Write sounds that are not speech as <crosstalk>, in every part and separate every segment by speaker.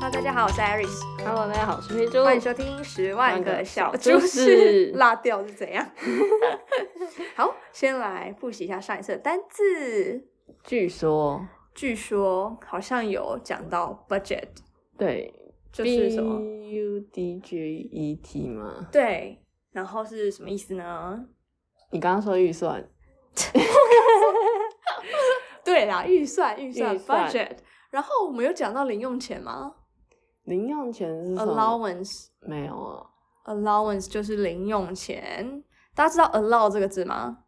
Speaker 1: 大家好，我是 Iris，
Speaker 2: Hello，大家好，我是黑猪。
Speaker 1: 欢迎收听《十万个小
Speaker 2: 小
Speaker 1: 猪
Speaker 2: 猪
Speaker 1: 事
Speaker 2: 事》，
Speaker 1: 辣掉是怎样？ <laughs> 好，先来复习一下上一次的单字。
Speaker 2: 据说，
Speaker 1: 据说好像有讲到 budget，
Speaker 2: 对，
Speaker 1: 就是什么？
Speaker 2: B U D G E T 吗？
Speaker 1: 对，然后是什么意思呢？
Speaker 2: 你刚刚说预算，
Speaker 1: 对啦，预算预算
Speaker 2: 预算
Speaker 1: budget。然后我们有讲到零用钱吗
Speaker 2: 零用钱是什么
Speaker 1: ？allowance
Speaker 2: 没有啊，
Speaker 1: allowance 就是零用钱。大家知道 allow 这个字吗？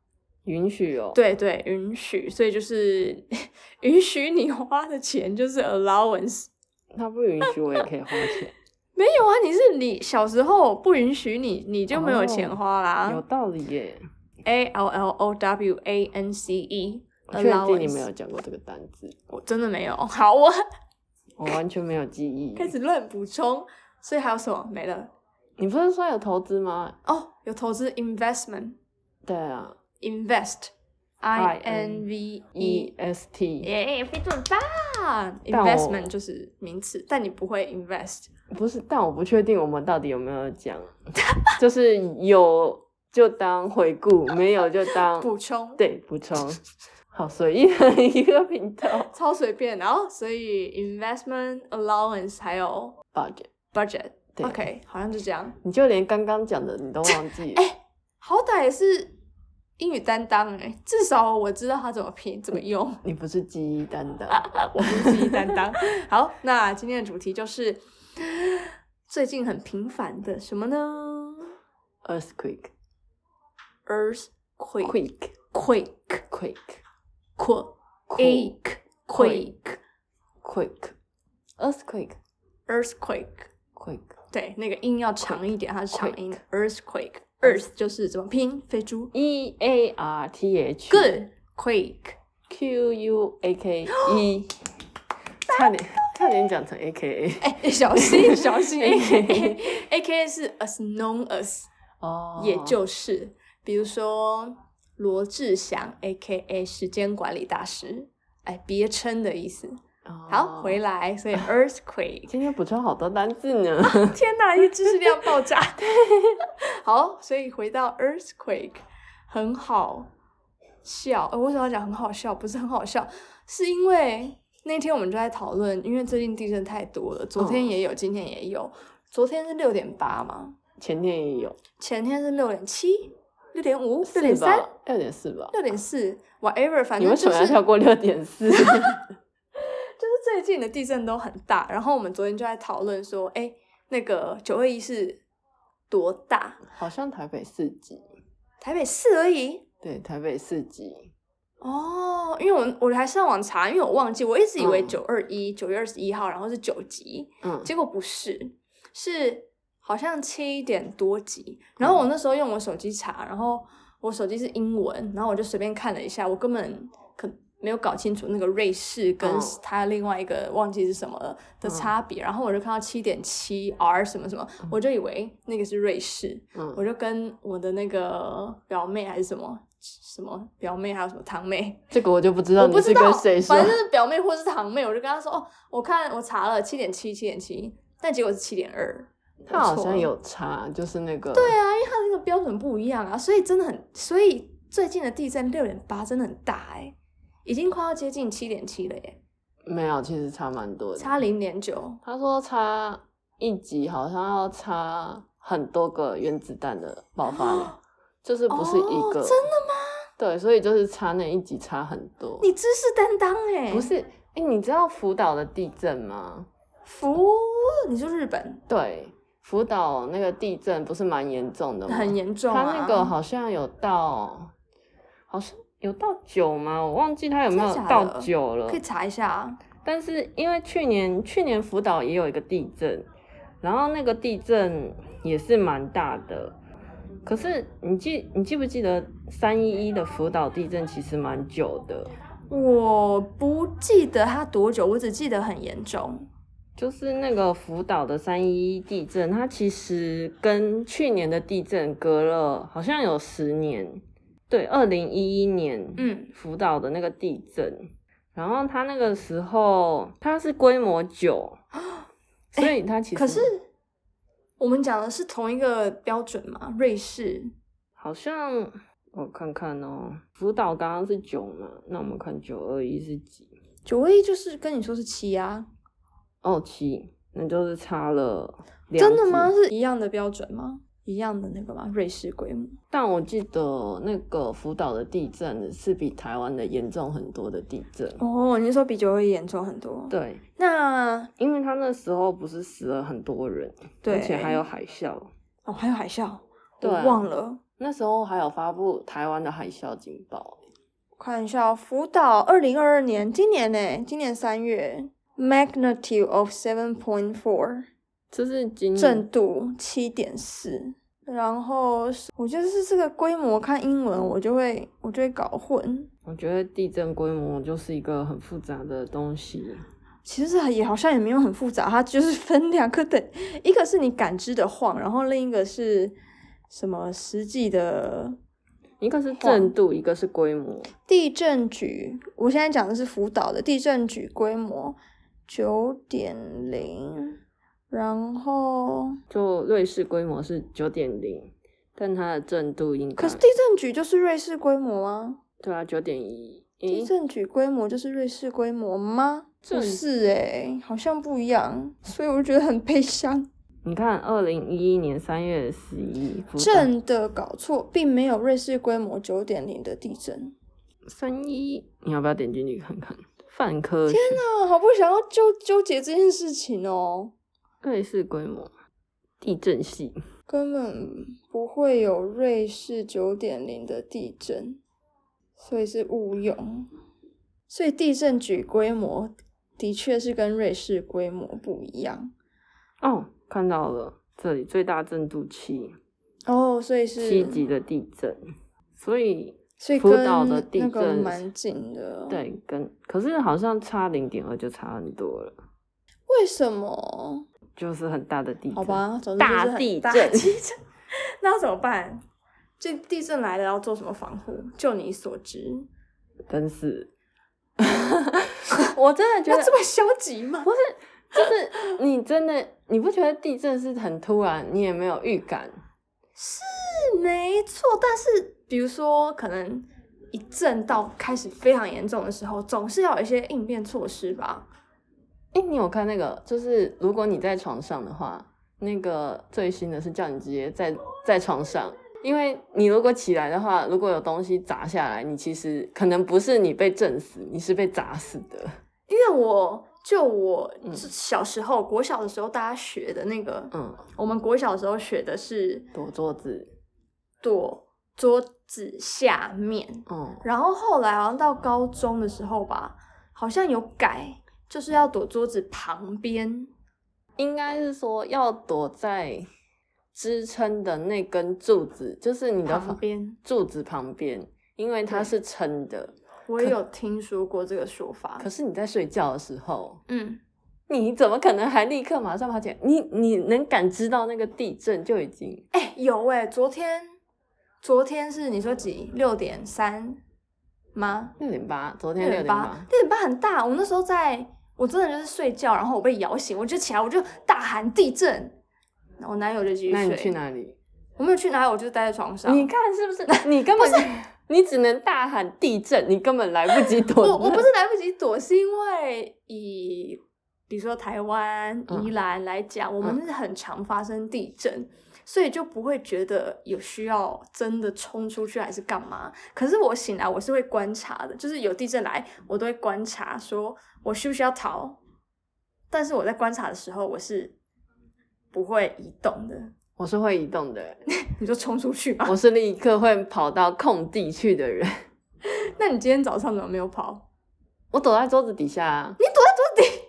Speaker 2: 允许哦。，
Speaker 1: 对对，允许，所以就是 <laughs> 允许你花的钱就是 allowance。
Speaker 2: 他不允许我也可以花
Speaker 1: <laughs>
Speaker 2: 钱，
Speaker 1: 没有啊，你是你小时候不允许你，你就没有钱花
Speaker 2: 哦有
Speaker 1: 啦。
Speaker 2: 道理耶。
Speaker 1: A L L O W A N C E
Speaker 2: 我确定你没
Speaker 1: allowance，
Speaker 2: 有讲过这个单字，
Speaker 1: 我真的没有。好，我 <laughs>
Speaker 2: 我完全没有记忆。
Speaker 1: 开始乱补充，所以还有什么没了？
Speaker 2: 你不是说有投资吗？
Speaker 1: 哦，有投资 investment。
Speaker 2: 对啊
Speaker 1: invest I N V E
Speaker 2: ，E。S T
Speaker 1: 耶，非常棒
Speaker 2: 但我
Speaker 1: ！investment 就是名词，但你不会 invest。
Speaker 2: 不是，但我不确定我们到底有没有讲， <laughs> 就是有就当回顾，没有就当
Speaker 1: 补充，，
Speaker 2: 对，补充，好随意的一个频道。
Speaker 1: 超随便。然后，所以 investment allowance 还有
Speaker 2: budget，
Speaker 1: budget。
Speaker 2: 对
Speaker 1: OK，好像就这样。
Speaker 2: 你就连刚刚讲的你都忘记了，
Speaker 1: 好歹也是英语担当哎、至少我知道它怎么拼、怎么用。
Speaker 2: 你不是记忆担当，
Speaker 1: <laughs> 我不是记忆担
Speaker 2: <laughs>
Speaker 1: 当。好，那今天的主题就是最近很频繁的什么呢
Speaker 2: earthquake
Speaker 1: ？Earthquake。
Speaker 2: quake
Speaker 1: Quake。
Speaker 2: quake
Speaker 1: quake
Speaker 2: Quake
Speaker 1: quake
Speaker 2: quake earthquake
Speaker 1: earthquake，
Speaker 2: quake
Speaker 1: 对，那个音要长一点，它是长音。earthquake
Speaker 2: Earth
Speaker 1: earth 就是怎么拼？飞猪。
Speaker 2: e a r t h
Speaker 1: Good quake，
Speaker 2: q u a k
Speaker 1: <gasps>
Speaker 2: e，差点差点讲成 a k a
Speaker 1: 哎、小 <laughs> 心小心
Speaker 2: A K
Speaker 1: ，A K A K 是 as known as，、<laughs>
Speaker 2: 哦
Speaker 1: 也就是，比如说罗志祥 A K A 时间管理大师，哎，别称的意思。好，回
Speaker 2: 来。
Speaker 1: 来，所以 earthquake
Speaker 2: 哦今天补充好多单字呢，
Speaker 1: 天哪，一知识量爆炸！ <laughs> 好，所以回到 earthquake，很好笑。呃，为什么要讲很好笑？不是很好笑，是因为那天我们就在讨论，因为最近地震太多了，昨天也有，今天也有。昨天是六点八嘛，
Speaker 2: 前天也有，
Speaker 1: 前天是六点七、六点五、六点
Speaker 2: 是
Speaker 1: 三
Speaker 2: 吧、？六点四吧？
Speaker 1: 六点四，whatever，反
Speaker 2: 你
Speaker 1: 正
Speaker 2: 为
Speaker 1: 就是
Speaker 2: 什么要跳过六点四？
Speaker 1: 就是最近的地震都很大，然后我们昨天就在讨论说，哎，那个九二一是多大？
Speaker 2: 好像台北四级，
Speaker 1: 台北市而已。
Speaker 2: 对，台北四级，
Speaker 1: 哦，因为我我还上网查，因为我忘记，我一直以为
Speaker 2: 嗯
Speaker 1: 九二一九月二十一号，然后是九级，
Speaker 2: 嗯，
Speaker 1: 结果不是，是好像七点多级。然后我那时候用我手机查，然后我手机是英文，然后我就随便看了一下，我根本可没有搞清楚那个瑞士跟
Speaker 2: 嗯
Speaker 1: 它另外一个忘记是什么了的
Speaker 2: 嗯
Speaker 1: 差别。然后我就看到七点七 R 什么什么，我就以为那个是瑞士，我
Speaker 2: 嗯，
Speaker 1: 就跟我的那个表妹还是什么什么表妹，还有什么堂妹，
Speaker 2: 这个我就不知道
Speaker 1: 我
Speaker 2: 你
Speaker 1: 不知
Speaker 2: 是
Speaker 1: 道，
Speaker 2: 跟谁说
Speaker 1: 反，正就是表妹或是堂妹，我就跟她说哦，我看我查了七点七七点七，但结果是七点二。
Speaker 2: 他好
Speaker 1: 我错
Speaker 2: 像
Speaker 1: 了
Speaker 2: 有差，就是那个
Speaker 1: 对啊，因为它那个标准不一样啊，所以真的很，所以最近的地震六点八真的很大哎、已经快要接近七点七了耶，
Speaker 2: 没有，其实差蛮多的。
Speaker 1: 差零点九。
Speaker 2: 他说差一级好像要差很多个原子弹的爆发量，就是不是一个
Speaker 1: 哦哦真的
Speaker 2: 吗？对，所以就是差那一级差很多。
Speaker 1: 你知识担当哎、
Speaker 2: 不是，哎，你知道福岛的地震吗？
Speaker 1: 福，你说日本
Speaker 2: 对，福岛那个地震不是蛮严重的吗？
Speaker 1: 很严重啊，
Speaker 2: 嗯他那个好像有到，好像有到九吗？我忘记他有没有
Speaker 1: 真的假的
Speaker 2: 到九了
Speaker 1: 可以。查一下啊。
Speaker 2: 但是因为去年去年福岛也有一个地震，然后那个地震也是蛮大的。可是你记你记不记得三一一的福岛地震其实蛮久的，
Speaker 1: 我不记得它多久，我只记得很严重。
Speaker 2: 就是那个福岛的三一一地震，它其实跟去年的地震隔了好像有十年，对，二零一一年，
Speaker 1: 嗯，
Speaker 2: 福岛的那个地
Speaker 1: <gasps>
Speaker 2: 震，然后它那个时候它是规模九，所以它其实
Speaker 1: 哎可是我们讲的是同一个标准嘛？瑞士
Speaker 2: 好像我看看哦，福岛刚刚是九嘛，那我们看九二一是几？
Speaker 1: 九位就是跟你说是七啊，
Speaker 2: 哦，七，那就是差了。
Speaker 1: 真的吗？？是一样的标准吗？一样的那个吗？瑞士规模？
Speaker 2: 但我记得那个福岛的地震是比台湾的严重很多的地震。
Speaker 1: 哦，你是说比九位严重很多？
Speaker 2: 对，
Speaker 1: 那
Speaker 2: 因为他那时候不是死了很多人，
Speaker 1: 对，
Speaker 2: 而且还有海啸。
Speaker 1: 哦，还有海啸，
Speaker 2: 对
Speaker 1: 我忘了。
Speaker 2: 那时候还有发布台湾的海啸警报，
Speaker 1: 我看一下哦，福岛二零二二年，今年呢，今年三月，magnitude of seven point four，
Speaker 2: 这是今
Speaker 1: 震度七点四。然后是我觉得是这个规模，看英文我就会我就会搞混。
Speaker 2: 我觉得地震规模就是一个很复杂的东西。
Speaker 1: 其实也好像也没有很复杂，它就是 <laughs> 分两个等，一个是你感知的晃，然后另一个是什么实际的
Speaker 2: 一个是震度，一个是规模。
Speaker 1: 地震局，我现在讲的是福岛的地震局规模九点零，然后
Speaker 2: 就瑞士规模是九点零，但它的震度应该
Speaker 1: 可是地震局就是瑞士规模啊，
Speaker 2: 对啊九点一。
Speaker 1: 地
Speaker 2: 咦，
Speaker 1: 震局规模就是瑞士规模吗？
Speaker 2: 这
Speaker 1: 不是诶、好像不一样，所以我就觉得很悲伤。
Speaker 2: 你看，二零一一年三月十一，福岛
Speaker 1: 真的搞错，并没有瑞士规模九点零的地震。
Speaker 2: 三一，你要不要点进去看看？泛科学
Speaker 1: 啊，好不想要纠纠结这件事情哦，
Speaker 2: 瑞士规模地震系，
Speaker 1: 根本不会有瑞士九点零的地震，所以是误用。所以地震局规模的确是跟瑞士规模不一样
Speaker 2: 哦，看到了，这里最大震度七，
Speaker 1: 哦，所以
Speaker 2: 七
Speaker 1: 是，
Speaker 2: 级的地震，所以
Speaker 1: 所以
Speaker 2: 福
Speaker 1: 跟
Speaker 2: 岛的地
Speaker 1: 那个
Speaker 2: 震
Speaker 1: 蛮近的。，
Speaker 2: 对跟可是好像差零点二就差很多了，
Speaker 1: 为什么？
Speaker 2: 就是很大的地震。
Speaker 1: 好，吧，总之就是
Speaker 2: 大
Speaker 1: 很
Speaker 2: 地
Speaker 1: 大
Speaker 2: 震
Speaker 1: 地震， <laughs> 那要怎么办？这地震来了要做什么防护？就你所知，
Speaker 2: 真是， <laughs> 我真的觉
Speaker 1: 要
Speaker 2: 得
Speaker 1: 这么消极吗？
Speaker 2: 就是你真的你不觉得地震是很突然，你也没有预感，
Speaker 1: 没错，但是比如说，可能一震到开始非常严重的时候，总是要有一些应变措施吧？
Speaker 2: 哎、你有看那个？就是如果你在床上的话，那个最新的是叫你直接在在床上，因为你如果起来的话，如果有东西砸下来，你其实可能不是你被震死，你是被砸死的。
Speaker 1: 因为我就我
Speaker 2: 嗯
Speaker 1: 小时候、国小的时候，大家学的那个，
Speaker 2: 嗯，
Speaker 1: 我们国小的时候学的是
Speaker 2: 躲桌子。
Speaker 1: 躲桌子下面，
Speaker 2: 嗯，
Speaker 1: 然后后来好像到高中的时候吧，好像有改，就是要躲桌子旁边。
Speaker 2: 应该是说要躲在支撑的那根柱子，就是你的
Speaker 1: 旁边，
Speaker 2: 柱子旁边，因为它
Speaker 1: 对
Speaker 2: 是撑的。
Speaker 1: 我也有听说过这个说法
Speaker 2: 可。是你在睡觉的时候，
Speaker 1: 嗯，
Speaker 2: 你怎么可能还立刻马上爬起来？你你能感知到那个地震就已经
Speaker 1: 哎、有哎、昨天昨天是你说几六点三吗？
Speaker 2: 六点八，昨天
Speaker 1: 六
Speaker 2: 六点
Speaker 1: 八
Speaker 2: 八，，
Speaker 1: 六点八很大。我那时候在，我真的就是睡觉，然后我被摇醒，我就起来，我就大喊地震。然后我男友就继续
Speaker 2: 那你去
Speaker 1: 睡，
Speaker 2: 哪里？
Speaker 1: 我没有去哪里，我就待在床上。
Speaker 2: 你看是不
Speaker 1: <laughs>
Speaker 2: 是？你根本你只能大喊地震，你根本来不及躲。
Speaker 1: 我我不是来不及躲，是因为以比如说台湾、
Speaker 2: 嗯
Speaker 1: 宜兰来讲，我们是很常发生地震，所以就不会觉得有需要真的冲出去还是干嘛。可是我醒来，我是会观察的，就是有地震来，我都会观察，说我需不需要逃。但是我在观察的时候，我是不会移动的。
Speaker 2: 我是会移动的人，
Speaker 1: 你就冲出去吧。 <laughs>
Speaker 2: 我是立刻会跑到空地去的人。
Speaker 1: 那你今天早上怎么没有跑？
Speaker 2: 我躲在桌子底下、啊。你躲在桌子底？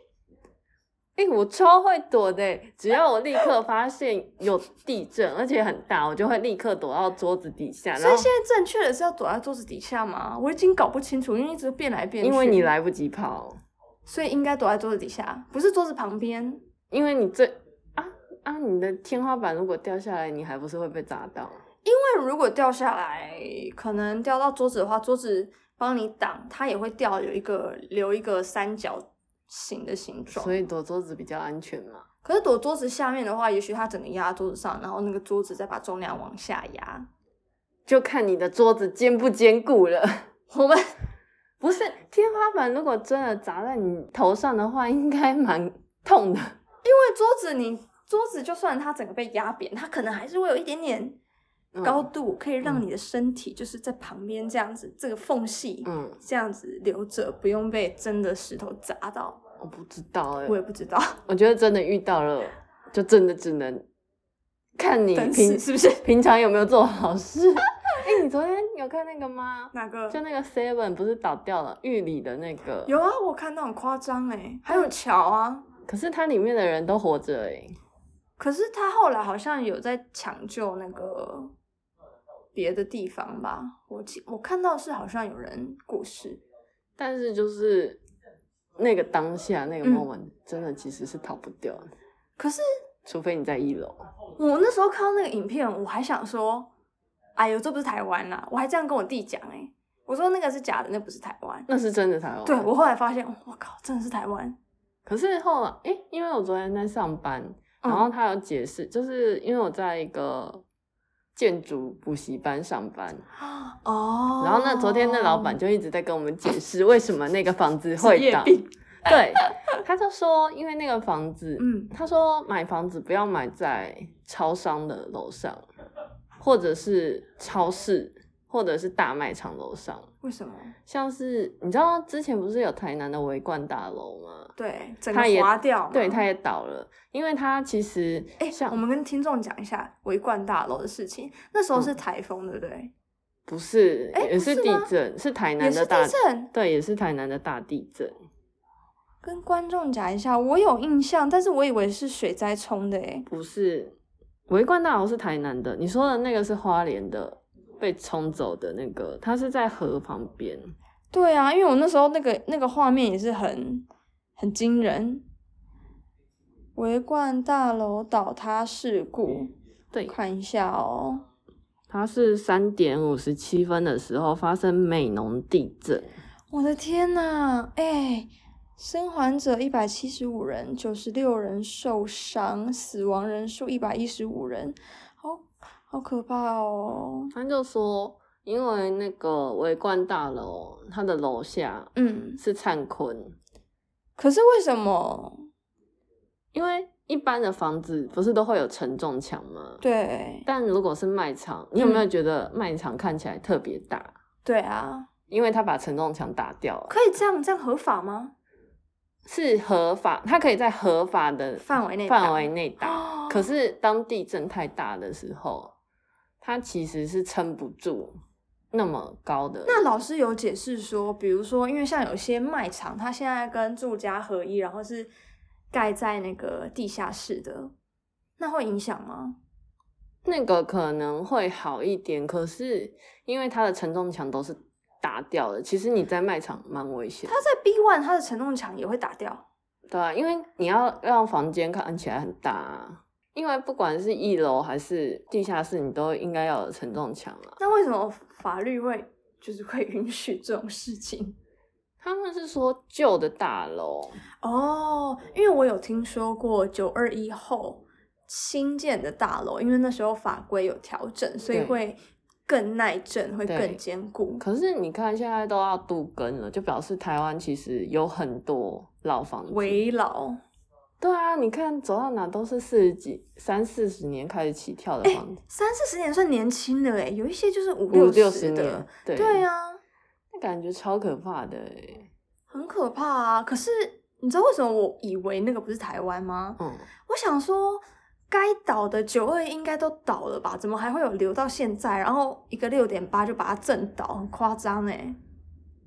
Speaker 2: 哎、我超会躲的欸、只要我立刻发现有地震，而且很大，我就会立刻躲到桌子底下。
Speaker 1: 所
Speaker 2: 然
Speaker 1: 以
Speaker 2: 后
Speaker 1: 现在正确的是要躲在桌子底下吗？我已经搞不清楚，因为一直变来变去。
Speaker 2: 因为你来不及跑。
Speaker 1: 所以应该躲在桌子底下，不是桌子旁边。
Speaker 2: 因为你最啊啊，你的天花板如果掉下来，你还不是会被砸到？
Speaker 1: 因为如果掉下来，可能掉到桌子的话，桌子帮你挡，它也会掉有一个留一个三角形的形状
Speaker 2: 所。以躲桌子比较安全嘛。
Speaker 1: 可是躲桌子下面的话，也许它整个压在桌子上，然后那个桌子再把重量往下压。
Speaker 2: 就看你的桌子坚不坚固了。
Speaker 1: <laughs> 我们
Speaker 2: 不是天花板，如果真的砸在你头上的话，应该蛮痛
Speaker 1: 因
Speaker 2: 的。
Speaker 1: 为桌子你，桌子就算它整个被压扁，它可能还是会有一点点
Speaker 2: 嗯
Speaker 1: 高度，可以让你的身体就是在旁边这样子、这个缝隙
Speaker 2: 嗯，嗯，
Speaker 1: 这样子留着，不用被真的石头砸到。
Speaker 2: 我不知道哎、
Speaker 1: 我也不知道，
Speaker 2: 我觉得真的遇到了，就真的只能
Speaker 1: <laughs>
Speaker 2: 看你
Speaker 1: 等死
Speaker 2: 平
Speaker 1: 是不是？
Speaker 2: 平常有没有做好事。 <laughs> 哎、你昨天有看那个吗？
Speaker 1: 哪个？
Speaker 2: 就那个 Seven 不是倒掉了，玉里的那个，
Speaker 1: 有啊，我看到很夸张哎，还
Speaker 2: 嗯
Speaker 1: 有桥啊。
Speaker 2: 可是它里面的人都活着哎、
Speaker 1: 可是他后来好像有在抢救那个别的地方吧？我记我看到是好像有人过世，
Speaker 2: 但是就是那个当下那个
Speaker 1: 嗯
Speaker 2: moment，、真的其实是逃不掉的，
Speaker 1: 可是
Speaker 2: 除非你在一楼。
Speaker 1: 我那时候看到那个影片，我还想说，哎呦，这不是台湾啦！我还这样跟我弟讲哎、我说那个是假的，那不是台湾。
Speaker 2: 那是真的台湾。
Speaker 1: 对我后来发现，我靠，真的是台湾。
Speaker 2: 可是后来，诶、因为我昨天在上班，
Speaker 1: 嗯
Speaker 2: 然后他有解释，就是因为我在一个建筑补习班上班，
Speaker 1: 哦
Speaker 2: 然后那昨天那老板就一直在跟我们解释为什么那个房子
Speaker 1: 职
Speaker 2: <laughs> 会
Speaker 1: 业
Speaker 2: 倒。
Speaker 1: 病，
Speaker 2: 对，他就说因为那个房子，
Speaker 1: <laughs> 嗯，
Speaker 2: 他说买房子不要买在超商的楼上，或者是超市，或者是大卖场楼上。
Speaker 1: 为什么？
Speaker 2: 像是你知道之前不是有台南的维冠大楼吗？
Speaker 1: 对，整个
Speaker 2: 他也
Speaker 1: 划掉嘛，
Speaker 2: 对，它也倒了，因为它其实
Speaker 1: 哎、
Speaker 2: 像
Speaker 1: 我们跟听众讲一下围观大楼的事情。那时候是
Speaker 2: 嗯
Speaker 1: 台风，对不对？
Speaker 2: 不是，
Speaker 1: 诶
Speaker 2: 也
Speaker 1: 不
Speaker 2: 是
Speaker 1: 是
Speaker 2: 地
Speaker 1: 吗
Speaker 2: 震，是台
Speaker 1: 也
Speaker 2: 南
Speaker 1: 是
Speaker 2: 的
Speaker 1: 地
Speaker 2: 大，
Speaker 1: 震。
Speaker 2: 对，也是台南的大地震。
Speaker 1: 跟观众讲一下，我有印象，但是我以为是水灾冲的哎。
Speaker 2: 不是维冠大楼是台南的，你说的那个是花莲的被冲走的那个，它是在河旁边。
Speaker 1: 对啊，因为我那时候那个那个画面也是很很惊人。围观大楼倒塌事故，
Speaker 2: 对，
Speaker 1: 看一下哦。
Speaker 2: 它是三点五十七分的时候发生美浓地震，
Speaker 1: 我的天呐，哎、生还者一百七十五人，九十六人受伤，死亡人数一百一十五人，好好可怕哦。
Speaker 2: 他就说因为那个维冠大楼它的楼下
Speaker 1: 嗯，
Speaker 2: 是灿坤，
Speaker 1: 可是为什么？
Speaker 2: 因为一般的房子不是都会有承重墙吗？
Speaker 1: 对
Speaker 2: 但如果是卖场，你有没有
Speaker 1: 嗯
Speaker 2: 觉得卖场看起来特别大？
Speaker 1: 对啊，
Speaker 2: 因为它把承重墙打掉了，
Speaker 1: 可以这样，这样合法吗？
Speaker 2: 是合法，它可以在合法的
Speaker 1: 范围内打
Speaker 2: 范围内打。
Speaker 1: 哦
Speaker 2: 可是当地震太大的时候，它其实是撑不住那么高的。
Speaker 1: 那老师有解释说，比如说，因为像有些卖场，它现在跟住家合一，然后是盖在那个地下室的，那会影响吗？
Speaker 2: 那个可能会好一点，可是因为它的承重墙都是打掉的，其实你在卖场蛮危险的
Speaker 1: 它。在 B one，它的承重墙也会打掉。
Speaker 2: 对啊，因为你要让房间看起来很大、啊，因为不管是一楼还是地下室，你都应该要有承重墙啊。
Speaker 1: 那为什么法律会就是会允许这种事情？
Speaker 2: 他们是说旧的大楼，
Speaker 1: 哦，因为我有听说过九二一后新建的大楼，因为那时候法规有调整，所以
Speaker 2: 对
Speaker 1: 会更耐震，会
Speaker 2: 对
Speaker 1: 更坚固。
Speaker 2: 可是你看现在都要度更了，就表示台湾其实有很多老房子。
Speaker 1: 围牢，
Speaker 2: 对啊，你看走到哪都是四十几、三四十年开始起跳
Speaker 1: 哎
Speaker 2: 的房子，
Speaker 1: 三四十年算年轻的哎，有一些就是五
Speaker 2: 五
Speaker 1: 六
Speaker 2: 六十
Speaker 1: 的
Speaker 2: 年，，对
Speaker 1: 对，啊，
Speaker 2: 那感觉超可怕的欸
Speaker 1: 很可怕啊。可是你知道为什么我以为那个不是台湾吗？
Speaker 2: 嗯，
Speaker 1: 我想说，该倒的九二应该都倒了吧？怎么还会有留到现在？然后一个六点八就把它震倒，很夸张哎。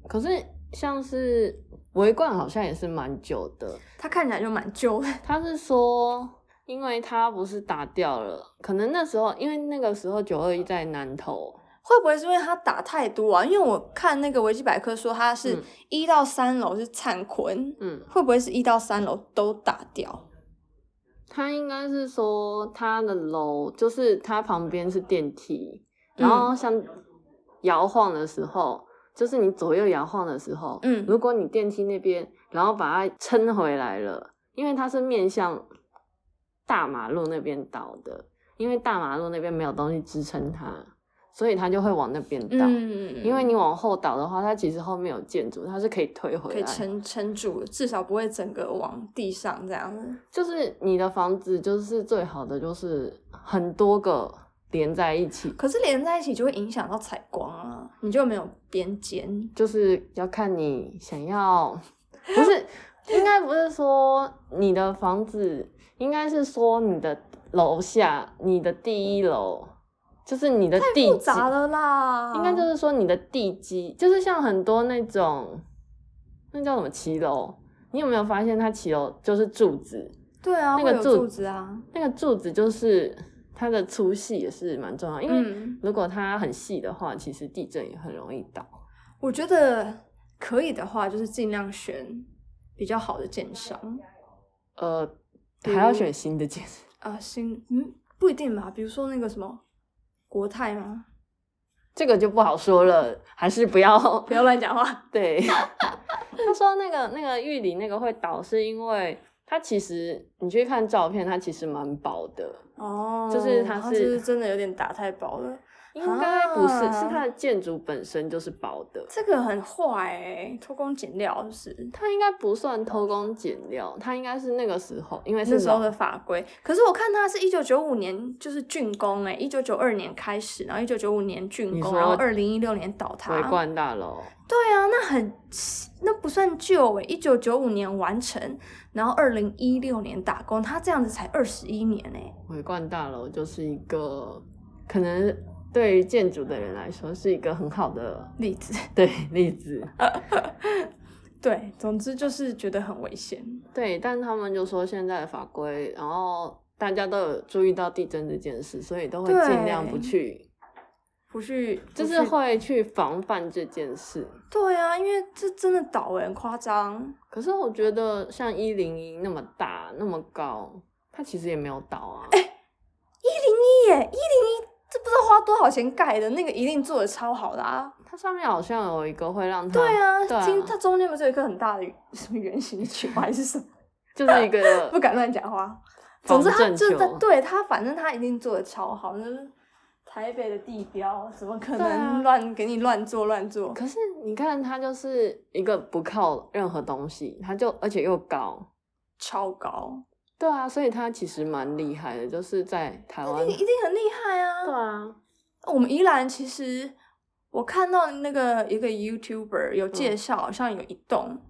Speaker 2: 可是像是围观好像也是蛮久的，
Speaker 1: 它看起来就蛮旧的， <laughs>
Speaker 2: 他是说，因为他不是打掉了，可能那时候因为那个时候九二一在南投，
Speaker 1: 会不会是因为它打太多啊？因为我看那个维基百科说它是
Speaker 2: 嗯
Speaker 1: 一到三楼是灿坤，
Speaker 2: 嗯，
Speaker 1: 会不会是一到三楼都打掉？
Speaker 2: 他应该是说他的楼就是他旁边是电梯，然后
Speaker 1: 嗯
Speaker 2: 像摇晃的时候，就是你左右摇晃的时候，
Speaker 1: 嗯
Speaker 2: 如果你电梯那边，然后把它撑回来了，因为它是面向大马路那边倒的，因为大马路那边没有东西支撑它，所以它就会往那边倒。
Speaker 1: 嗯，
Speaker 2: 因为你往后倒的话，它其实后面有建筑，它是可以推回
Speaker 1: 可以
Speaker 2: 来。
Speaker 1: 撑撑住，至少不会整个往地上这样子。
Speaker 2: 就是你的房子，就是最好的，就是很多个连在一起，
Speaker 1: 可是连在一起就会影响到采光啊，你就没有边间。
Speaker 2: 就是要看你想要，
Speaker 1: <laughs>
Speaker 2: 不是，应该不是说你的房子，应该是说你的楼下，你的第一楼，就是你的地
Speaker 1: 复
Speaker 2: 基，
Speaker 1: 杂了啦，
Speaker 2: 应该就是说你的地基，就是像很多那种，那叫什么骑楼，你有没有发现它骑楼就是柱子，
Speaker 1: 对啊，
Speaker 2: 那
Speaker 1: 会
Speaker 2: 个
Speaker 1: 有
Speaker 2: 柱
Speaker 1: 柱子啊，
Speaker 2: 那个柱子就是它的粗细也是蛮重要，因为
Speaker 1: 嗯，
Speaker 2: 如果它很细的话，其实地震也很容易倒。
Speaker 1: 我觉得可以的话，就是尽量选比较好的建商
Speaker 2: 呃，
Speaker 1: 比如
Speaker 2: 还要选新的建筑。
Speaker 1: 啊，新嗯不一定吧，比如说那个什么国泰吗？
Speaker 2: 这个就不好说了，还是不要
Speaker 1: 不要乱讲话，
Speaker 2: 对。 <laughs> 他说那个那个玉里那个会倒，是因为它其实你去看照片，它其实蛮薄的，
Speaker 1: 哦，
Speaker 2: 就是它
Speaker 1: 它
Speaker 2: 是
Speaker 1: 是真的有点打太薄了，
Speaker 2: 应该不是，
Speaker 1: 啊
Speaker 2: 是它的建筑本身就是薄的。
Speaker 1: 这个很坏欸，偷工减料就是。
Speaker 2: 它应该不算偷工减料，它应该是那个时候，因为是
Speaker 1: 那时候
Speaker 2: 老
Speaker 1: 的法规，可是我看它是一九九五年就是竣工哎、欸，一九九二年开始，然后一九九五年竣
Speaker 2: 你
Speaker 1: 工，
Speaker 2: 说
Speaker 1: 然后二零一六年倒塌，
Speaker 2: 围观大楼，
Speaker 1: 对啊，那很那不算旧诶，一九九五年完成，然后二零一六年打工，他这样子才二十一年诶。
Speaker 2: 围观大楼就是一个可能对于建筑的人来说是一个很好的
Speaker 1: 例子。 <laughs>
Speaker 2: 对例子。
Speaker 1: 对，总之就是觉得很危险。
Speaker 2: 对，但他们就说现在的法规，然后大家都有注意到地震这件事，所以都会尽量不
Speaker 1: 对
Speaker 2: 去，
Speaker 1: 不去
Speaker 2: 就是
Speaker 1: 不去
Speaker 2: 会去防范这件事。
Speaker 1: 对啊，因为这真的倒诶，很夸张。
Speaker 2: 可是我觉得像一零一那么大那么高，它其实也没有倒啊。
Speaker 1: 哎一耶，一零一，这不知道花多少钱盖的，那个一定做的超好的啊。
Speaker 2: 它上面好像有一个会让它，
Speaker 1: 对啊，
Speaker 2: 对啊
Speaker 1: 听它中间不是有一个很大的什么圆形球还是什么？
Speaker 2: 就是一
Speaker 1: <laughs> 不
Speaker 2: 个
Speaker 1: 敢乱讲话。总
Speaker 2: 防
Speaker 1: 之他
Speaker 2: 震
Speaker 1: 就是
Speaker 2: 球
Speaker 1: 对他，反正他一定做的超好，就是台北的地标，怎么可
Speaker 2: 对啊
Speaker 1: 能乱、给你乱做乱做？
Speaker 2: 可是你看，它就是一个不靠任何东西，它就而且又高，
Speaker 1: 超高，
Speaker 2: 对啊，所以它其实蛮厉害的，就是在台湾
Speaker 1: 一，定很厉害
Speaker 2: 嗯对
Speaker 1: 啊！
Speaker 2: 啊，
Speaker 1: 我们宜兰其实我看到那个一个 YouTuber 有介绍，好像有一栋。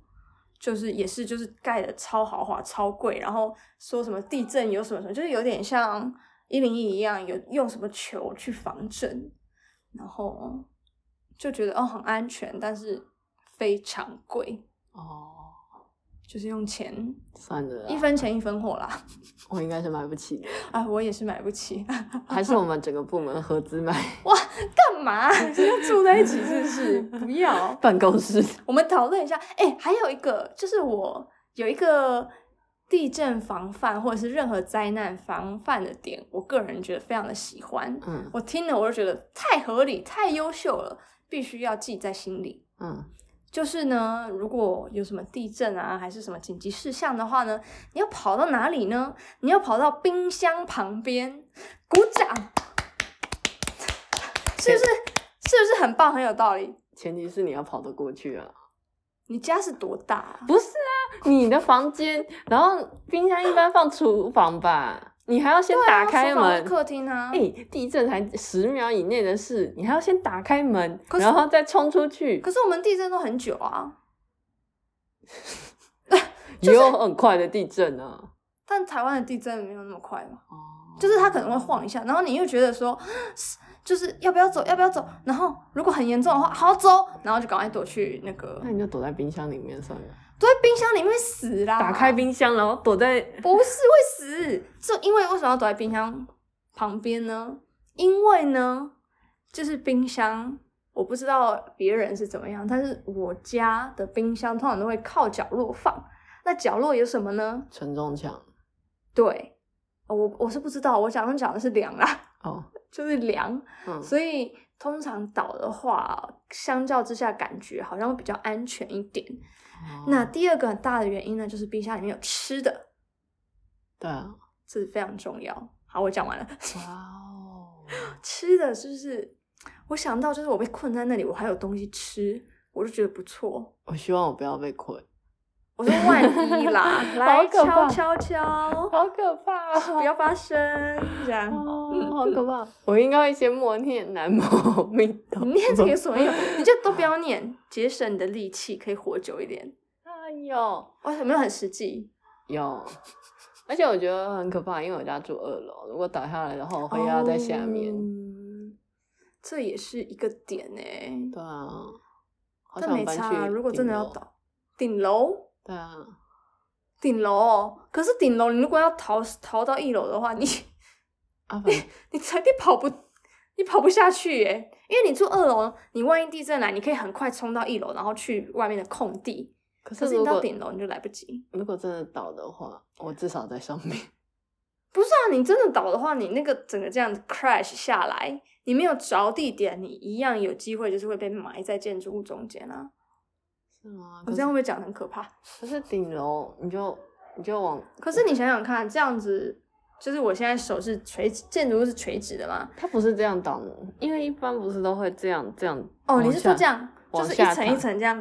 Speaker 1: 就是也是就是盖的超豪华超贵，然后说什么地震有什么什么，就是有点像一零一一样，有用什么球去防震，然后就觉得哦很安全，但是非常贵，
Speaker 2: 哦，
Speaker 1: 就是用钱
Speaker 2: 算了啦，
Speaker 1: 一分钱一分货啦。 <laughs>
Speaker 2: 我应该是买不起 <laughs> 的，
Speaker 1: 哎，我也是买不起， <laughs>
Speaker 2: 还是我们整个部门合资买
Speaker 1: 干嘛？ <laughs> 要住在一起是不是？ <laughs> 不要。
Speaker 2: <laughs> 办公室？
Speaker 1: 我们讨论一下。哎、还有一个就是我有一个地震防范或者是任何灾难防范的点，我个人觉得非常的喜欢。
Speaker 2: 嗯
Speaker 1: 我听了我就觉得太合理、太优秀了，必须要记在心里。
Speaker 2: 嗯，
Speaker 1: 就是呢，如果有什么地震啊，还是什么紧急事项的话呢，你要跑到哪里呢？你要跑到冰箱旁边，鼓掌， <laughs> 是不是？是不是很棒，很有道理？
Speaker 2: 前提是你要跑得过去啊，
Speaker 1: 你家是多大啊、
Speaker 2: 不是啊， <laughs> 你的房间，然后冰箱一般放厨房吧，你还要先打开
Speaker 1: 对啊厨房
Speaker 2: 门
Speaker 1: 或。客厅啊。
Speaker 2: 哎、地震才十秒以内的事，你还要先打开门，
Speaker 1: 可是
Speaker 2: 然后再冲出去，
Speaker 1: 可是我们地震都很久啊，
Speaker 2: 也有很快的地震啊。
Speaker 1: 但台湾的地震没有那么快嘛，
Speaker 2: 哦，
Speaker 1: 就是它可能会晃一下，然后你又觉得说，就是要不要走，要不要走？然后如果很严重的话，好走，然后就赶快躲去那个
Speaker 2: 那你就躲在冰箱里面算了，
Speaker 1: 躲在冰箱里面死啦。
Speaker 2: 打开冰箱，然后躲在
Speaker 1: 不是会死，就因为为什么要躲在冰箱旁边呢？因为呢，就是冰箱，我不知道别人是怎么样，但是我家的冰箱通常都会靠角落放。那角落有什么呢？
Speaker 2: 承重墙。
Speaker 1: 对，呃我我是不知道，我想讲的是梁啦， <laughs>
Speaker 2: 哦，
Speaker 1: 就是梁，
Speaker 2: 嗯，
Speaker 1: 所以通常倒的话，相较之下感觉好像会比较安全一点。
Speaker 2: 哦
Speaker 1: 那第二个很大的原因呢，就是冰箱里面有吃的。
Speaker 2: 对啊，
Speaker 1: 这非常重要。好，我讲完了。
Speaker 2: 哇哦，
Speaker 1: 吃的就是我想到，就是我被困在那里，我还有东西吃，我就觉得不错。
Speaker 2: 我希望我不要被困，
Speaker 1: 我说万一
Speaker 2: <laughs>
Speaker 1: 啦，来
Speaker 2: 可
Speaker 1: 敲
Speaker 2: 怕
Speaker 1: 敲敲，
Speaker 2: 好可怕
Speaker 1: 不要发生这样。
Speaker 2: 哦，好可怕！我应该会先默念南无阿弥陀佛。
Speaker 1: 你念这个有什么用？你就都不要念，节省你的力气，可以活久一点。
Speaker 2: 啊有
Speaker 1: 哇，有没有很实际？
Speaker 2: 有，而且我觉得很可怕，因为我家住二楼，如果倒下来的话，我会压在下面。
Speaker 1: 嗯这也是一个点哎、
Speaker 2: 对啊，好
Speaker 1: 但没
Speaker 2: 想搬
Speaker 1: 差、啊，
Speaker 2: 去。
Speaker 1: 如果真的要，倒，顶楼，
Speaker 2: 对啊，
Speaker 1: 顶楼哦。可是顶楼，你如果要逃逃到一楼的话，你
Speaker 2: 啊反正
Speaker 1: 你才你跑不，你跑不下去耶，因为你住二楼，你万一地震来，你可以很快冲到一楼，然后去外面的空地。
Speaker 2: 可
Speaker 1: 可
Speaker 2: 是
Speaker 1: 是
Speaker 2: 如
Speaker 1: 你到
Speaker 2: 果
Speaker 1: 顶楼你就来不及。
Speaker 2: 如果真的倒的话，我至少在上面。
Speaker 1: 不是啊，你真的倒的话，你那个整个这样子 crash 下来，你没有着地点，你一样有机会就是会被埋在建筑物中间啊。
Speaker 2: 是吗？
Speaker 1: 我
Speaker 2: 哦可
Speaker 1: 这
Speaker 2: 是
Speaker 1: 样会不会讲得很可怕？
Speaker 2: 可是顶楼你就你就往，
Speaker 1: 可是你想想看，这样子就是我现在手是垂直，建筑物是垂直的嘛？
Speaker 2: 它不是这样倒的，因为一般不是都会这样这样。
Speaker 1: 哦，你是说这
Speaker 2: 样？
Speaker 1: 样，就
Speaker 2: 往
Speaker 1: 是一
Speaker 2: 下
Speaker 1: 层一
Speaker 2: 躺
Speaker 1: 层这样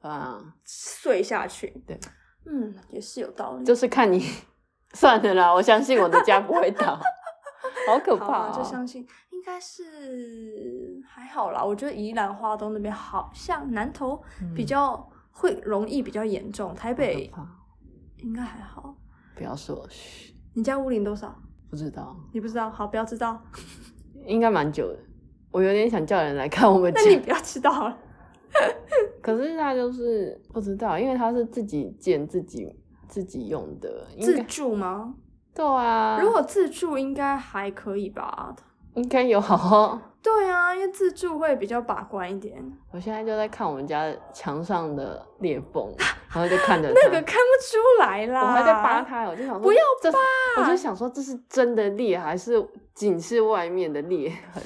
Speaker 2: 对啊，
Speaker 1: 碎下去？
Speaker 2: 对，
Speaker 1: 嗯，也是有道理。
Speaker 2: 就是看你 <laughs> 算了啦，我相信我的家不会 <laughs> 倒，好可
Speaker 1: 好
Speaker 2: 怕、
Speaker 1: 啊，
Speaker 2: 哦。
Speaker 1: 就相信应该是还好啦。我觉得宜兰花东那边好像南投比
Speaker 2: 嗯
Speaker 1: 较会容易比较严重，台北
Speaker 2: 好可怕
Speaker 1: 应该还好。
Speaker 2: 不要说，嘘，
Speaker 1: 你家屋龄多少？
Speaker 2: 不知道，
Speaker 1: 你不知道，好，不要知道。
Speaker 2: 应该蛮久的。我有点想叫人来看我们家
Speaker 1: <laughs> 那，你不要知道了。
Speaker 2: 可是他就是不知道，因为他是自己建自己自己用的， <laughs> 应
Speaker 1: 自
Speaker 2: 该
Speaker 1: 住吗？
Speaker 2: 对啊，
Speaker 1: 如果自住应该还可以吧？
Speaker 2: 应该有好 <laughs> 好。
Speaker 1: 对啊，因为自住会比较把关一点。
Speaker 2: 我现在就在看我们家墙上的裂缝，然后就看着
Speaker 1: <laughs> 那
Speaker 2: 它
Speaker 1: 个看不出来啦。
Speaker 2: 啊我还在扒它，我就想说
Speaker 1: 不要
Speaker 2: 这是，我就想说这是真的裂还是仅是外面的裂 <laughs> 痕？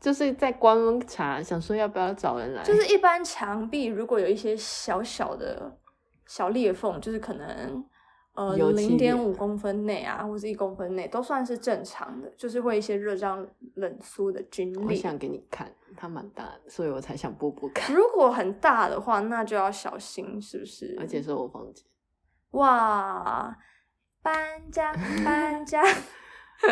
Speaker 2: 就是在观察，想说要不要找人来，
Speaker 1: 就是一般墙壁如果有一些小小的小裂缝，就是可能呃
Speaker 2: 油漆
Speaker 1: 零
Speaker 2: 裂
Speaker 1: 点五公分内啊，或是一公分内，都算是正常的，就是会一些热胀冷缩的皲
Speaker 2: 我
Speaker 1: 裂。
Speaker 2: 想给你看，它蛮大的，所以我才想拨拨看，
Speaker 1: 如果很大的话，那就要小心，是不是？
Speaker 2: 而且是我房
Speaker 1: <laughs>
Speaker 2: 间，
Speaker 1: 哇，搬家搬
Speaker 2: <laughs>
Speaker 1: 家，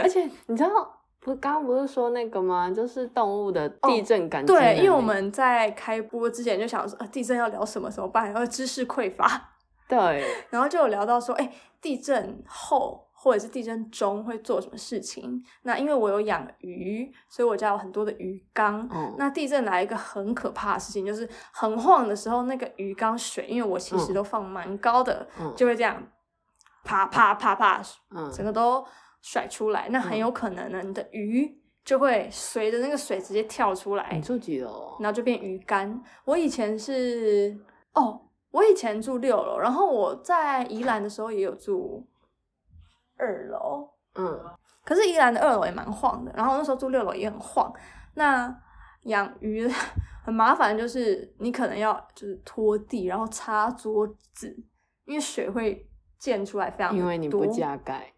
Speaker 2: 而且你知道。不是刚刚不是说那个吗？就是动物的地震感知能力、
Speaker 1: 哦对，因为我们在开播之前就想说，啊，地震要聊什么怎么办，然后知识匮乏，
Speaker 2: 对
Speaker 1: 然后就有聊到说，哎、地震后或者是地震中会做什么事情？那因为我有养鱼，所以我家有很多的鱼缸。
Speaker 2: 哦，
Speaker 1: 那地震来一个很可怕的事情，就是很晃的时候，那个鱼缸水，因为我其实
Speaker 2: 嗯
Speaker 1: 都放蛮高的，
Speaker 2: 嗯
Speaker 1: 就会这样啪啪啪啪，
Speaker 2: 嗯
Speaker 1: 整个都甩出来。那很有可能呢，你的鱼就会随着那个水直接跳出来。
Speaker 2: 哎你住几楼？
Speaker 1: 然后就变鱼干。我以前是哦，我以前住六楼，然后我在宜兰的时候也有住二楼，
Speaker 2: 嗯，
Speaker 1: 可是宜兰的二楼也蛮晃的，然后那时候住六楼也很晃。那养鱼 <laughs> 很麻烦，就是你可能要就是拖地，然后擦桌子，因为水会溅出来非常地多。
Speaker 2: 因为你不加盖，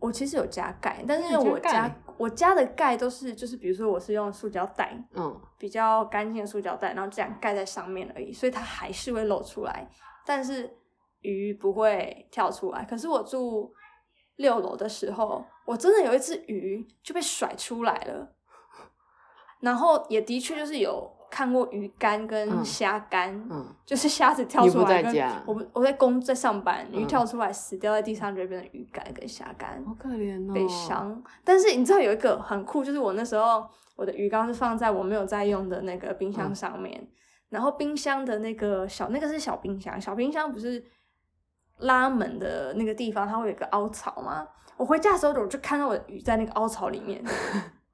Speaker 1: 我其实有加盖，但
Speaker 2: 你
Speaker 1: 是
Speaker 2: 有加
Speaker 1: 我家
Speaker 2: 盖
Speaker 1: 我家的盖都是就是比如说我是用塑胶袋，
Speaker 2: 嗯，
Speaker 1: 比较干净的塑胶袋，然后这样盖在上面而已，所以它还是会露出来，但是鱼不会跳出来。可是我住六楼的时候，我真的有一只鱼就被甩出来了，然后也的确就是有看过鱼竿跟
Speaker 2: 嗯
Speaker 1: 虾竿，
Speaker 2: 嗯，
Speaker 1: 就是虾子跳出
Speaker 2: 你
Speaker 1: 来
Speaker 2: 不在
Speaker 1: 跟。
Speaker 2: 家
Speaker 1: 我不我在工在上班，鱼
Speaker 2: 嗯
Speaker 1: 跳出来死掉在地上就会变成鱼竿跟虾竿。
Speaker 2: 好可怜哦，
Speaker 1: 悲伤。但是你知道有一个很酷，就是我那时候我的鱼缸是放在我没有在用的那个冰箱
Speaker 2: 嗯
Speaker 1: 上面，然后冰箱的那个小那个是小冰箱，小冰箱不是拉门的那个地方它会有一个凹槽吗？我回家的时候我就看到我的鱼在那个凹槽里
Speaker 2: <laughs>
Speaker 1: 面。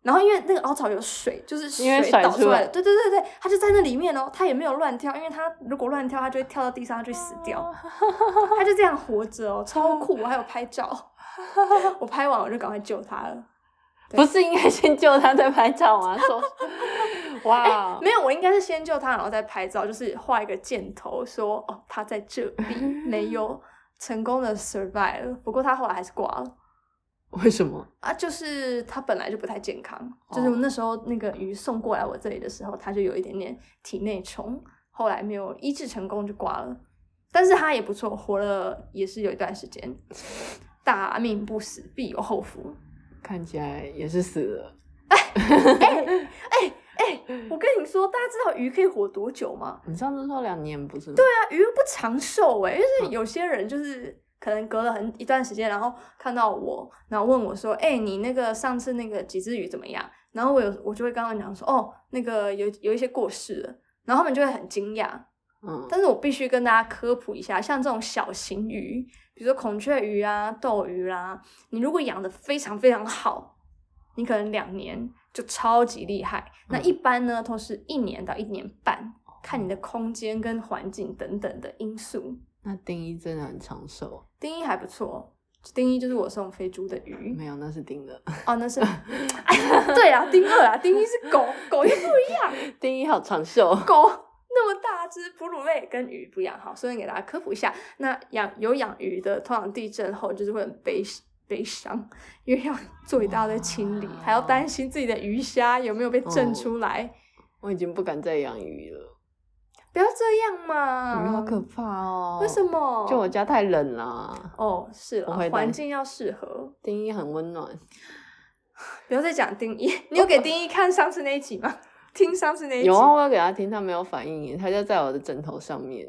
Speaker 1: 然后因为那个凹槽有水，就是
Speaker 2: 因为
Speaker 1: 水
Speaker 2: 甩
Speaker 1: 倒
Speaker 2: 出来
Speaker 1: 来的，对对对对，它就在那里面哦，它也没有乱跳，因为它如果乱跳，它就会跳到地上，它就会死掉。
Speaker 2: <laughs>
Speaker 1: 他就这样活着哦，超酷！我还有拍照，我拍完我就赶快救他了。
Speaker 2: 不是应该先救他再拍照吗？ <laughs> 说，哇，哦
Speaker 1: 没有，我应该是先救他，然后再拍照，就是画一个箭头，
Speaker 2: <laughs>
Speaker 1: 说哦他在这里，没有成功的 survive 了。不过他后来还是挂了，
Speaker 2: 为什么？
Speaker 1: 啊，就是它本来就不太健康，就是
Speaker 2: 哦
Speaker 1: 那时候那个鱼送过来我这里的时候，它就有一点点体内虫，后来没有医治成功就挂了。但是它也不错，活了也是有一段时间。大命不死，必有后福。
Speaker 2: 看起来也是死了。
Speaker 1: 哎我跟你说，大家知道鱼可以活多久吗？
Speaker 2: 你上次说两年不是吗？对啊，
Speaker 1: 那鱼不长寿哎、就是有些人就是可能隔了很一段时间，然后看到我，然后问我说：“哎、你那个上次那个几只鱼怎么样？”然后我有我就会跟他们讲说：“哦，那个有有一些过世了。”然后他们就会很惊讶，
Speaker 2: 嗯，
Speaker 1: 但是我必须跟大家科普一下，像这种小型鱼，比如说孔雀鱼啊、斗鱼啦、你如果养的非常非常好，你可能两年就超级厉害。那
Speaker 2: 嗯哦
Speaker 1: 一般呢，都是一年到一年半，看你的空间跟环境等等的因素。
Speaker 2: 那丁一真的很长寿，
Speaker 1: 丁一还不错，丁一就是我送飞猪的鱼
Speaker 2: 没有，那是丁的。
Speaker 1: 哦，那是， <laughs> 哎呀，对啊，丁二啊，丁一是狗，狗又不一样，
Speaker 2: <laughs> 丁一好长寿，
Speaker 1: 狗那么大只，哺乳类跟鱼不一样。好，顺便给大家科普一下，那养有养鱼的，通常地震后就是会很悲悲伤，因为要做一大堆清理，
Speaker 2: 哇
Speaker 1: 还要担心自己的鱼虾有没有被
Speaker 2: 哦
Speaker 1: 震出来。
Speaker 2: 我已经不敢再养鱼了。
Speaker 1: 不要这样嘛，
Speaker 2: 鱼好可怕哦！
Speaker 1: 为什？么？
Speaker 2: 就我家太冷了。
Speaker 1: 哦，是
Speaker 2: 我
Speaker 1: 了
Speaker 2: 会，担
Speaker 1: 环境要适合。
Speaker 2: 丁一很温暖，
Speaker 1: 不要再讲丁一，你有给丁一看上次那一集吗？听上次那一集，
Speaker 2: 有啊，我有给他听，他没有反应耶，他就在我的枕头上面。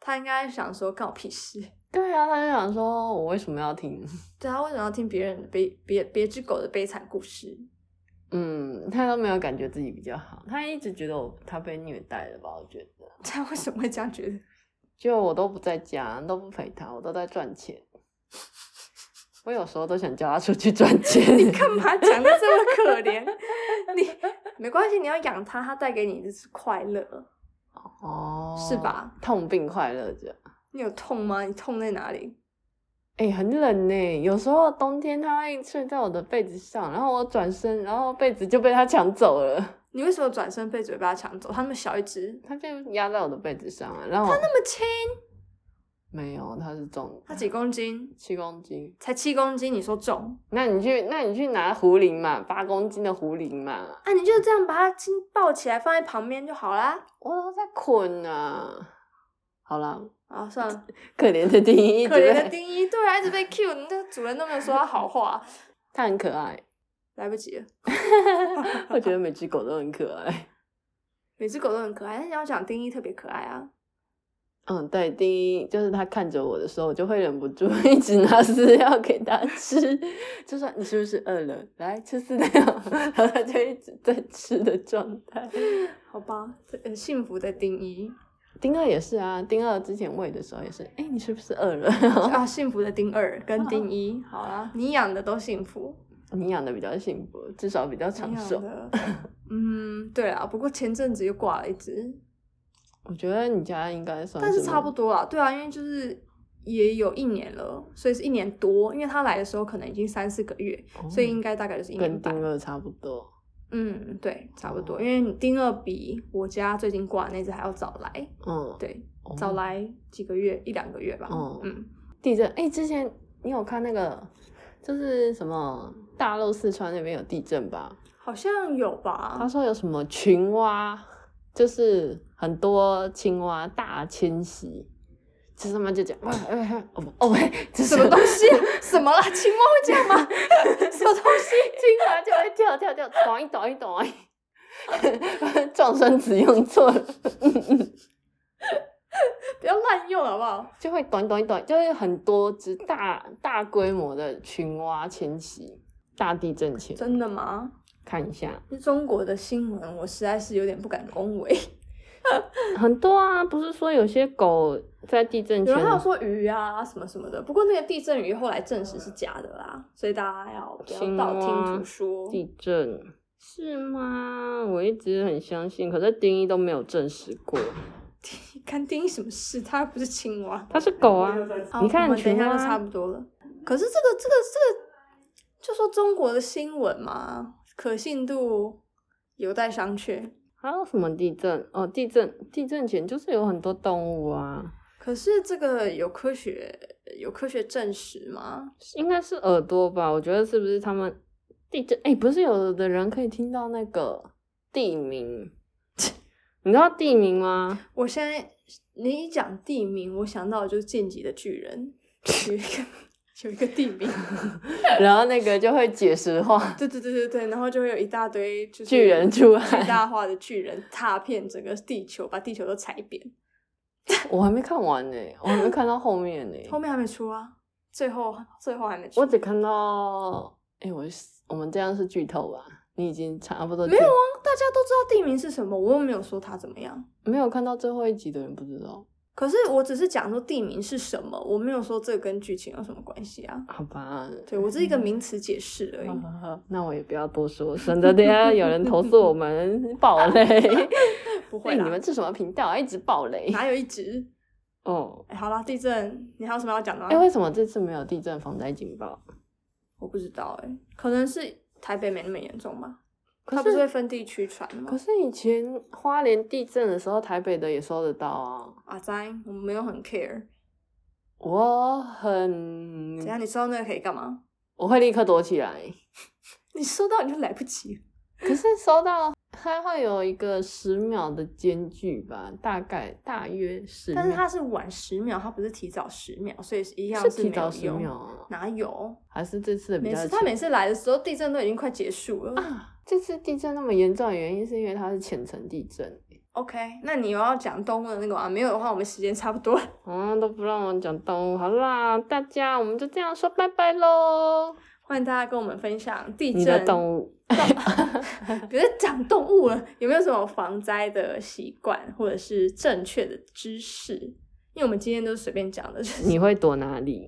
Speaker 1: 他应该想说干我屁事。
Speaker 2: 对啊，他就想说，我为什么要听？
Speaker 1: 对啊，为什么要听别人的悲别别只狗的悲惨故事？
Speaker 2: 嗯，他都没有感觉自己比较好，他一直觉得我他被虐待了吧？我觉得，
Speaker 1: 他为什么会这样觉得？ <laughs>
Speaker 2: 就我都不在家，都不陪他，我都在赚钱。 <laughs> 我有时候都想叫他出去赚钱。
Speaker 1: 干嘛讲的这么可怜？你没关系，你要养它，它带给你的是快乐，
Speaker 2: 哦，
Speaker 1: 是？吧？
Speaker 2: 痛并快乐着。
Speaker 1: 你有痛吗？你痛在哪里？
Speaker 2: 哎、很冷呢，有时候冬天他会睡在我的被子上，然后我转身，然后被子就被他抢走了。
Speaker 1: 你为什么转身被嘴巴抢走？它那么小一只，
Speaker 2: 他就压在我的被子上啊，然后
Speaker 1: 那么轻，
Speaker 2: 没有，他是重
Speaker 1: 它几公斤？
Speaker 2: 七公斤。
Speaker 1: 才七公斤，你说重？
Speaker 2: 那你去，那你去拿狐狸嘛，八公斤的狐狸嘛，
Speaker 1: 啊，你就这样把它轻抱起来放在旁边就好啦。
Speaker 2: 我都哦在捆啊。好啦，
Speaker 1: 啊，算了，
Speaker 2: 可怜的丁一，
Speaker 1: 可怜
Speaker 2: 对
Speaker 1: 的
Speaker 2: 不对
Speaker 1: 丁一，对啊，一直被 Q，那个主人都没有说它好话， <laughs>
Speaker 2: 它很可爱，
Speaker 1: 来不及了。
Speaker 2: 我 <laughs> 觉得每只狗都很可爱。
Speaker 1: <laughs> 每只狗都很可爱，但是要讲丁一特别可爱啊。
Speaker 2: 嗯，对，丁一就是它看着我的时候，我就会忍不住 <laughs> 一直拿饲料给它吃， <laughs> 就说你是不是饿了？来吃饲料，然后它就一直在吃的状态。
Speaker 1: 好吧，呃，幸福的丁一
Speaker 2: 丁二也是啊，丁二之前喂的时候也是，哎，你是不是饿了？ <laughs>
Speaker 1: 啊，幸福的丁二跟丁
Speaker 2: 嗯
Speaker 1: 一，好啦，你养的都幸福，
Speaker 2: 你养的比较幸福，至少比较
Speaker 1: 你
Speaker 2: 长
Speaker 1: 养
Speaker 2: 寿。
Speaker 1: 的， <laughs> 嗯，对啊，不过前阵子又挂了一只，
Speaker 2: 我觉得你家应该算，
Speaker 1: 但是差不。多啦，对啊，因为就是也有一年了，所以是一年多，因为它来的时候可能已经三四个月，
Speaker 2: 哦
Speaker 1: 所以应该大概就是一年
Speaker 2: 跟
Speaker 1: 半
Speaker 2: 丁，二哦差不多。
Speaker 1: 嗯，对，差不多，因为丁二比我家最近挂的那只还要早来，
Speaker 2: 嗯，
Speaker 1: 对，
Speaker 2: 哦
Speaker 1: 早来几个月，一两个月吧，
Speaker 2: 哦
Speaker 1: 嗯，
Speaker 2: 地震。哎、之前你有看那个，就是什么大陆四川那边有地震吧？
Speaker 1: 好像有
Speaker 2: 他
Speaker 1: 吧，
Speaker 2: 说有什么群蛙，就是很多青蛙大迁徙。就是他们就讲，哇哎哎哦不哦喂，
Speaker 1: <laughs>
Speaker 2: 这
Speaker 1: 什么东西啊？什么啦？青蛙会这样吗？ <laughs> 什么东西？
Speaker 2: <laughs> 青蛙就会跳跳跳，咚一咚一咚一， <laughs> 撞生词用错了，
Speaker 1: <laughs> 不要滥用好不好？
Speaker 2: 就会咚一咚一咚，就是很多只大大规模的群蛙迁徙，大地震前
Speaker 1: 真的吗？
Speaker 2: 看一下，
Speaker 1: 中国的新闻，我实在是有点不敢恭 <laughs> 维。
Speaker 2: 很多啊，不是说有些狗在地震
Speaker 1: 有
Speaker 2: 前
Speaker 1: 人还有说鱼啊什么什么的，不过那个地震鱼后来证实是假的啦，所以大家要不要
Speaker 2: 青
Speaker 1: 道听
Speaker 2: 蛙
Speaker 1: 途说？
Speaker 2: 地震是吗？我一直很相信，可是丁一都没有证实过，
Speaker 1: 看丁一什么事？它又不是青蛙。
Speaker 2: 它是狗啊。
Speaker 1: 好
Speaker 2: 你看
Speaker 1: 哦我们等一
Speaker 2: 群啊
Speaker 1: 下
Speaker 2: 蛙
Speaker 1: 就差不多了。可是这个这个这个，就说中国的新闻嘛，可信度有待商榷。
Speaker 2: 还有什么地震？哦，地震地震前就是有很多动物啊。
Speaker 1: 可是这个有科学有科学证实吗？
Speaker 2: 应该是耳朵吧？我觉得是不是他们地震？哎、不是有的人可以听到那个地名， <laughs> 你知道地名吗？
Speaker 1: <laughs> 我现在你一讲地名，我想到的就是《晋级的巨 <laughs> 人》有一个有一个地 <laughs> 名，
Speaker 2: 然后那个就会解石化，
Speaker 1: 对对对对对，然后就会有一大堆就是
Speaker 2: 巨人出
Speaker 1: 巨
Speaker 2: 来。
Speaker 1: 大化的巨人踏遍整个地球，把地球都踩扁。
Speaker 2: <laughs> 我还没看完呢、我还没看到后面呢、
Speaker 1: <laughs> 后面还没出啊，最后最后还没出。
Speaker 2: 我只看到，哎、我是我们这样是剧透吧？你已经差不多
Speaker 1: 没有
Speaker 2: 剧
Speaker 1: 啊，大家都知道地名是什么，我又没有说它怎么样。
Speaker 2: 没有看到最后一集的人不知道，
Speaker 1: 可是我只是讲说地名是什么，我没有说这跟剧情有什么关系啊。
Speaker 2: 好吧？
Speaker 1: 对我只是一个名词解释而已
Speaker 2: 好。好好那我也不要多说，省得等一下有人投诉
Speaker 1: <laughs>
Speaker 2: 我们暴雷。
Speaker 1: 不会
Speaker 2: 哎，
Speaker 1: 啦，
Speaker 2: 你们是什么频道啊？一直
Speaker 1: <laughs>
Speaker 2: 暴雷
Speaker 1: 哪有一直？
Speaker 2: 哦。
Speaker 1: 哎，好啦，地震，你还有什么要讲的吗？
Speaker 2: 哎、为什么这次没有地震防灾警报？
Speaker 1: 我不知道哎、可能是台北没那么严重吧？它
Speaker 2: 可
Speaker 1: 不是
Speaker 2: 是
Speaker 1: 会分地区传
Speaker 2: 可
Speaker 1: 吗？
Speaker 2: 是以前花莲地震的时候，台北的也收得到啊。
Speaker 1: 阿灾，我们没有很 care。
Speaker 2: 我
Speaker 1: 等
Speaker 2: 很
Speaker 1: 下你收到那个可以干嘛？
Speaker 2: 我会立刻躲起来。
Speaker 1: 你收到你就来不及了。 <laughs>
Speaker 2: 可是收到它会有一个十秒的间距吧，大概大约十秒，
Speaker 1: 但是它是晚十秒，它不是提早十秒，所以一样
Speaker 2: 是
Speaker 1: 是没有
Speaker 2: 提早十
Speaker 1: 用
Speaker 2: 秒。啊，
Speaker 1: 哪有？
Speaker 2: 还是这次的比
Speaker 1: 每
Speaker 2: 较
Speaker 1: 次
Speaker 2: 浅
Speaker 1: 他每次来的时候，地震都已经快结束了。
Speaker 2: 啊？这次地震那么严重的原因是因为它是浅层地震，
Speaker 1: OK，那你有要讲东的那个吗？没有的话，我们时间差不多了。
Speaker 2: 啊都不让我讲动物，好啦，大家我们就这样说拜拜喽。
Speaker 1: 欢迎大家跟我们分享地
Speaker 2: 你
Speaker 1: 震，
Speaker 2: 的动物，
Speaker 1: 别再讲动物了， <laughs> 有没有什么防灾的习惯或者是正确的知识？因为我们今天都是随便讲的，就是
Speaker 2: 你会躲哪里？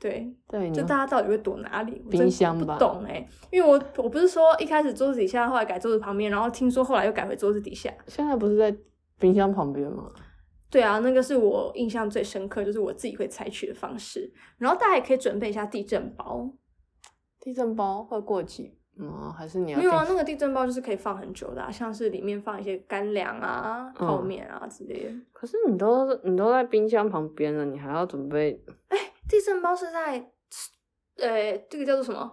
Speaker 1: 对，
Speaker 2: 对，你
Speaker 1: 就
Speaker 2: 会
Speaker 1: 大家到底会躲哪里？我
Speaker 2: 嗯冰
Speaker 1: 真
Speaker 2: 箱
Speaker 1: 不
Speaker 2: 吧
Speaker 1: 懂哎、因为我我不是说一开始桌子底下，后来改桌子旁边，然后听说后来又改回桌子底下。
Speaker 2: 现在不是在冰箱旁边吗？
Speaker 1: 对啊，那个是我印象最深刻，就是我自己会采取的方式。然后大家也可以准备一下地震包，
Speaker 2: 地震包会过期嗯，还是你要
Speaker 1: 没有啊，
Speaker 2: 定
Speaker 1: 那个地震包就是可以放很久的啊、像是里面放一些干粮啊、
Speaker 2: 嗯
Speaker 1: 泡面啊之类的。
Speaker 2: 可是你都你都在冰箱旁边了，你还要准备
Speaker 1: 地震包是在，呃，这个叫做什么？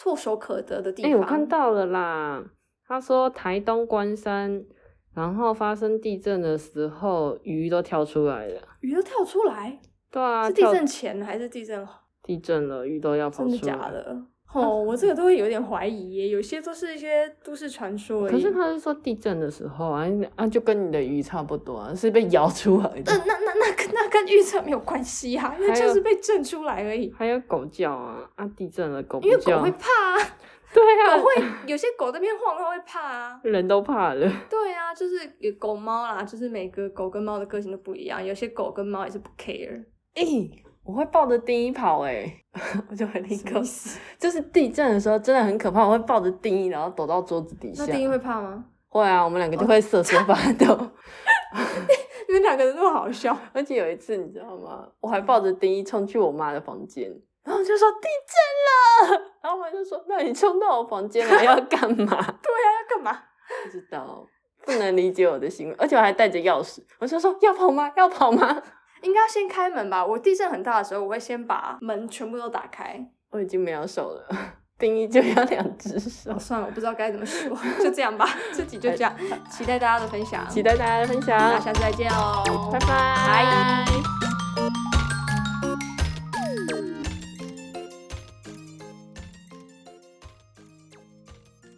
Speaker 1: 唾手可得的地
Speaker 2: 哎、
Speaker 1: 方。
Speaker 2: 我看到了啦，他说台东关山，然后发生地震的时候，鱼都跳出来了。
Speaker 1: 鱼都跳出来，
Speaker 2: 对啊，
Speaker 1: 是地
Speaker 2: 跳
Speaker 1: 震前还是地震后？
Speaker 2: 地震了，鱼都要跑
Speaker 1: 真
Speaker 2: 出
Speaker 1: 的
Speaker 2: 来。
Speaker 1: 假的？哦，我这个都会有点怀疑耶，有些都是一些都市传说而已。
Speaker 2: 可是他是说地震的时候啊啊，就跟你的鱼差不多啊，是被摇出来
Speaker 1: 那
Speaker 2: 的。
Speaker 1: 那那那跟那跟预测没有关系啊，因为
Speaker 2: 还
Speaker 1: 就
Speaker 2: 有
Speaker 1: 是被震出来而已。
Speaker 2: 还有狗叫啊啊，地震了狗不
Speaker 1: 因为
Speaker 2: 叫 <laughs>
Speaker 1: 狗会，怕啊，
Speaker 2: 对啊，
Speaker 1: 狗会有些狗在那边晃，它会怕啊。
Speaker 2: 人都怕了。
Speaker 1: 对啊，就是有狗猫啦，就是每个狗跟猫的个性都不一样，有些狗跟猫也是不 care。
Speaker 2: 哎、我会抱着地衣跑哎、 <laughs> 我就很立
Speaker 1: 什么
Speaker 2: 刻
Speaker 1: 意，思
Speaker 2: 就是地震的时候真的很可怕，我会抱着地衣，然后躲到桌子底下。
Speaker 1: 那丁一会怕吗？
Speaker 2: 会啊，我们两个就会瑟瑟发抖。
Speaker 1: 你们两个人那么好笑， <laughs>
Speaker 2: 而且有一次，你知道吗？我还抱着丁一冲去我妈的房间，然后就说地震了，然后我妈就说：“那你冲到我房间来要干嘛 <laughs>
Speaker 1: 要干嘛？？”
Speaker 2: 不知道，不能理解我的行为，而且我还带着钥匙，我就说要跑吗？要跑吗？
Speaker 1: 应该要先开门吧。我地震很大的时候，我会先把门全部都打开。
Speaker 2: 我已经没有手了，丁一就要两只
Speaker 1: <laughs>
Speaker 2: 手
Speaker 1: 哦，。算了，我不知道该怎么说， <laughs> 就这样吧，这集就这样，期待大家的分享，
Speaker 2: 期待大家的分享
Speaker 1: 大家，下次再见哦，
Speaker 2: 拜拜。
Speaker 1: 拜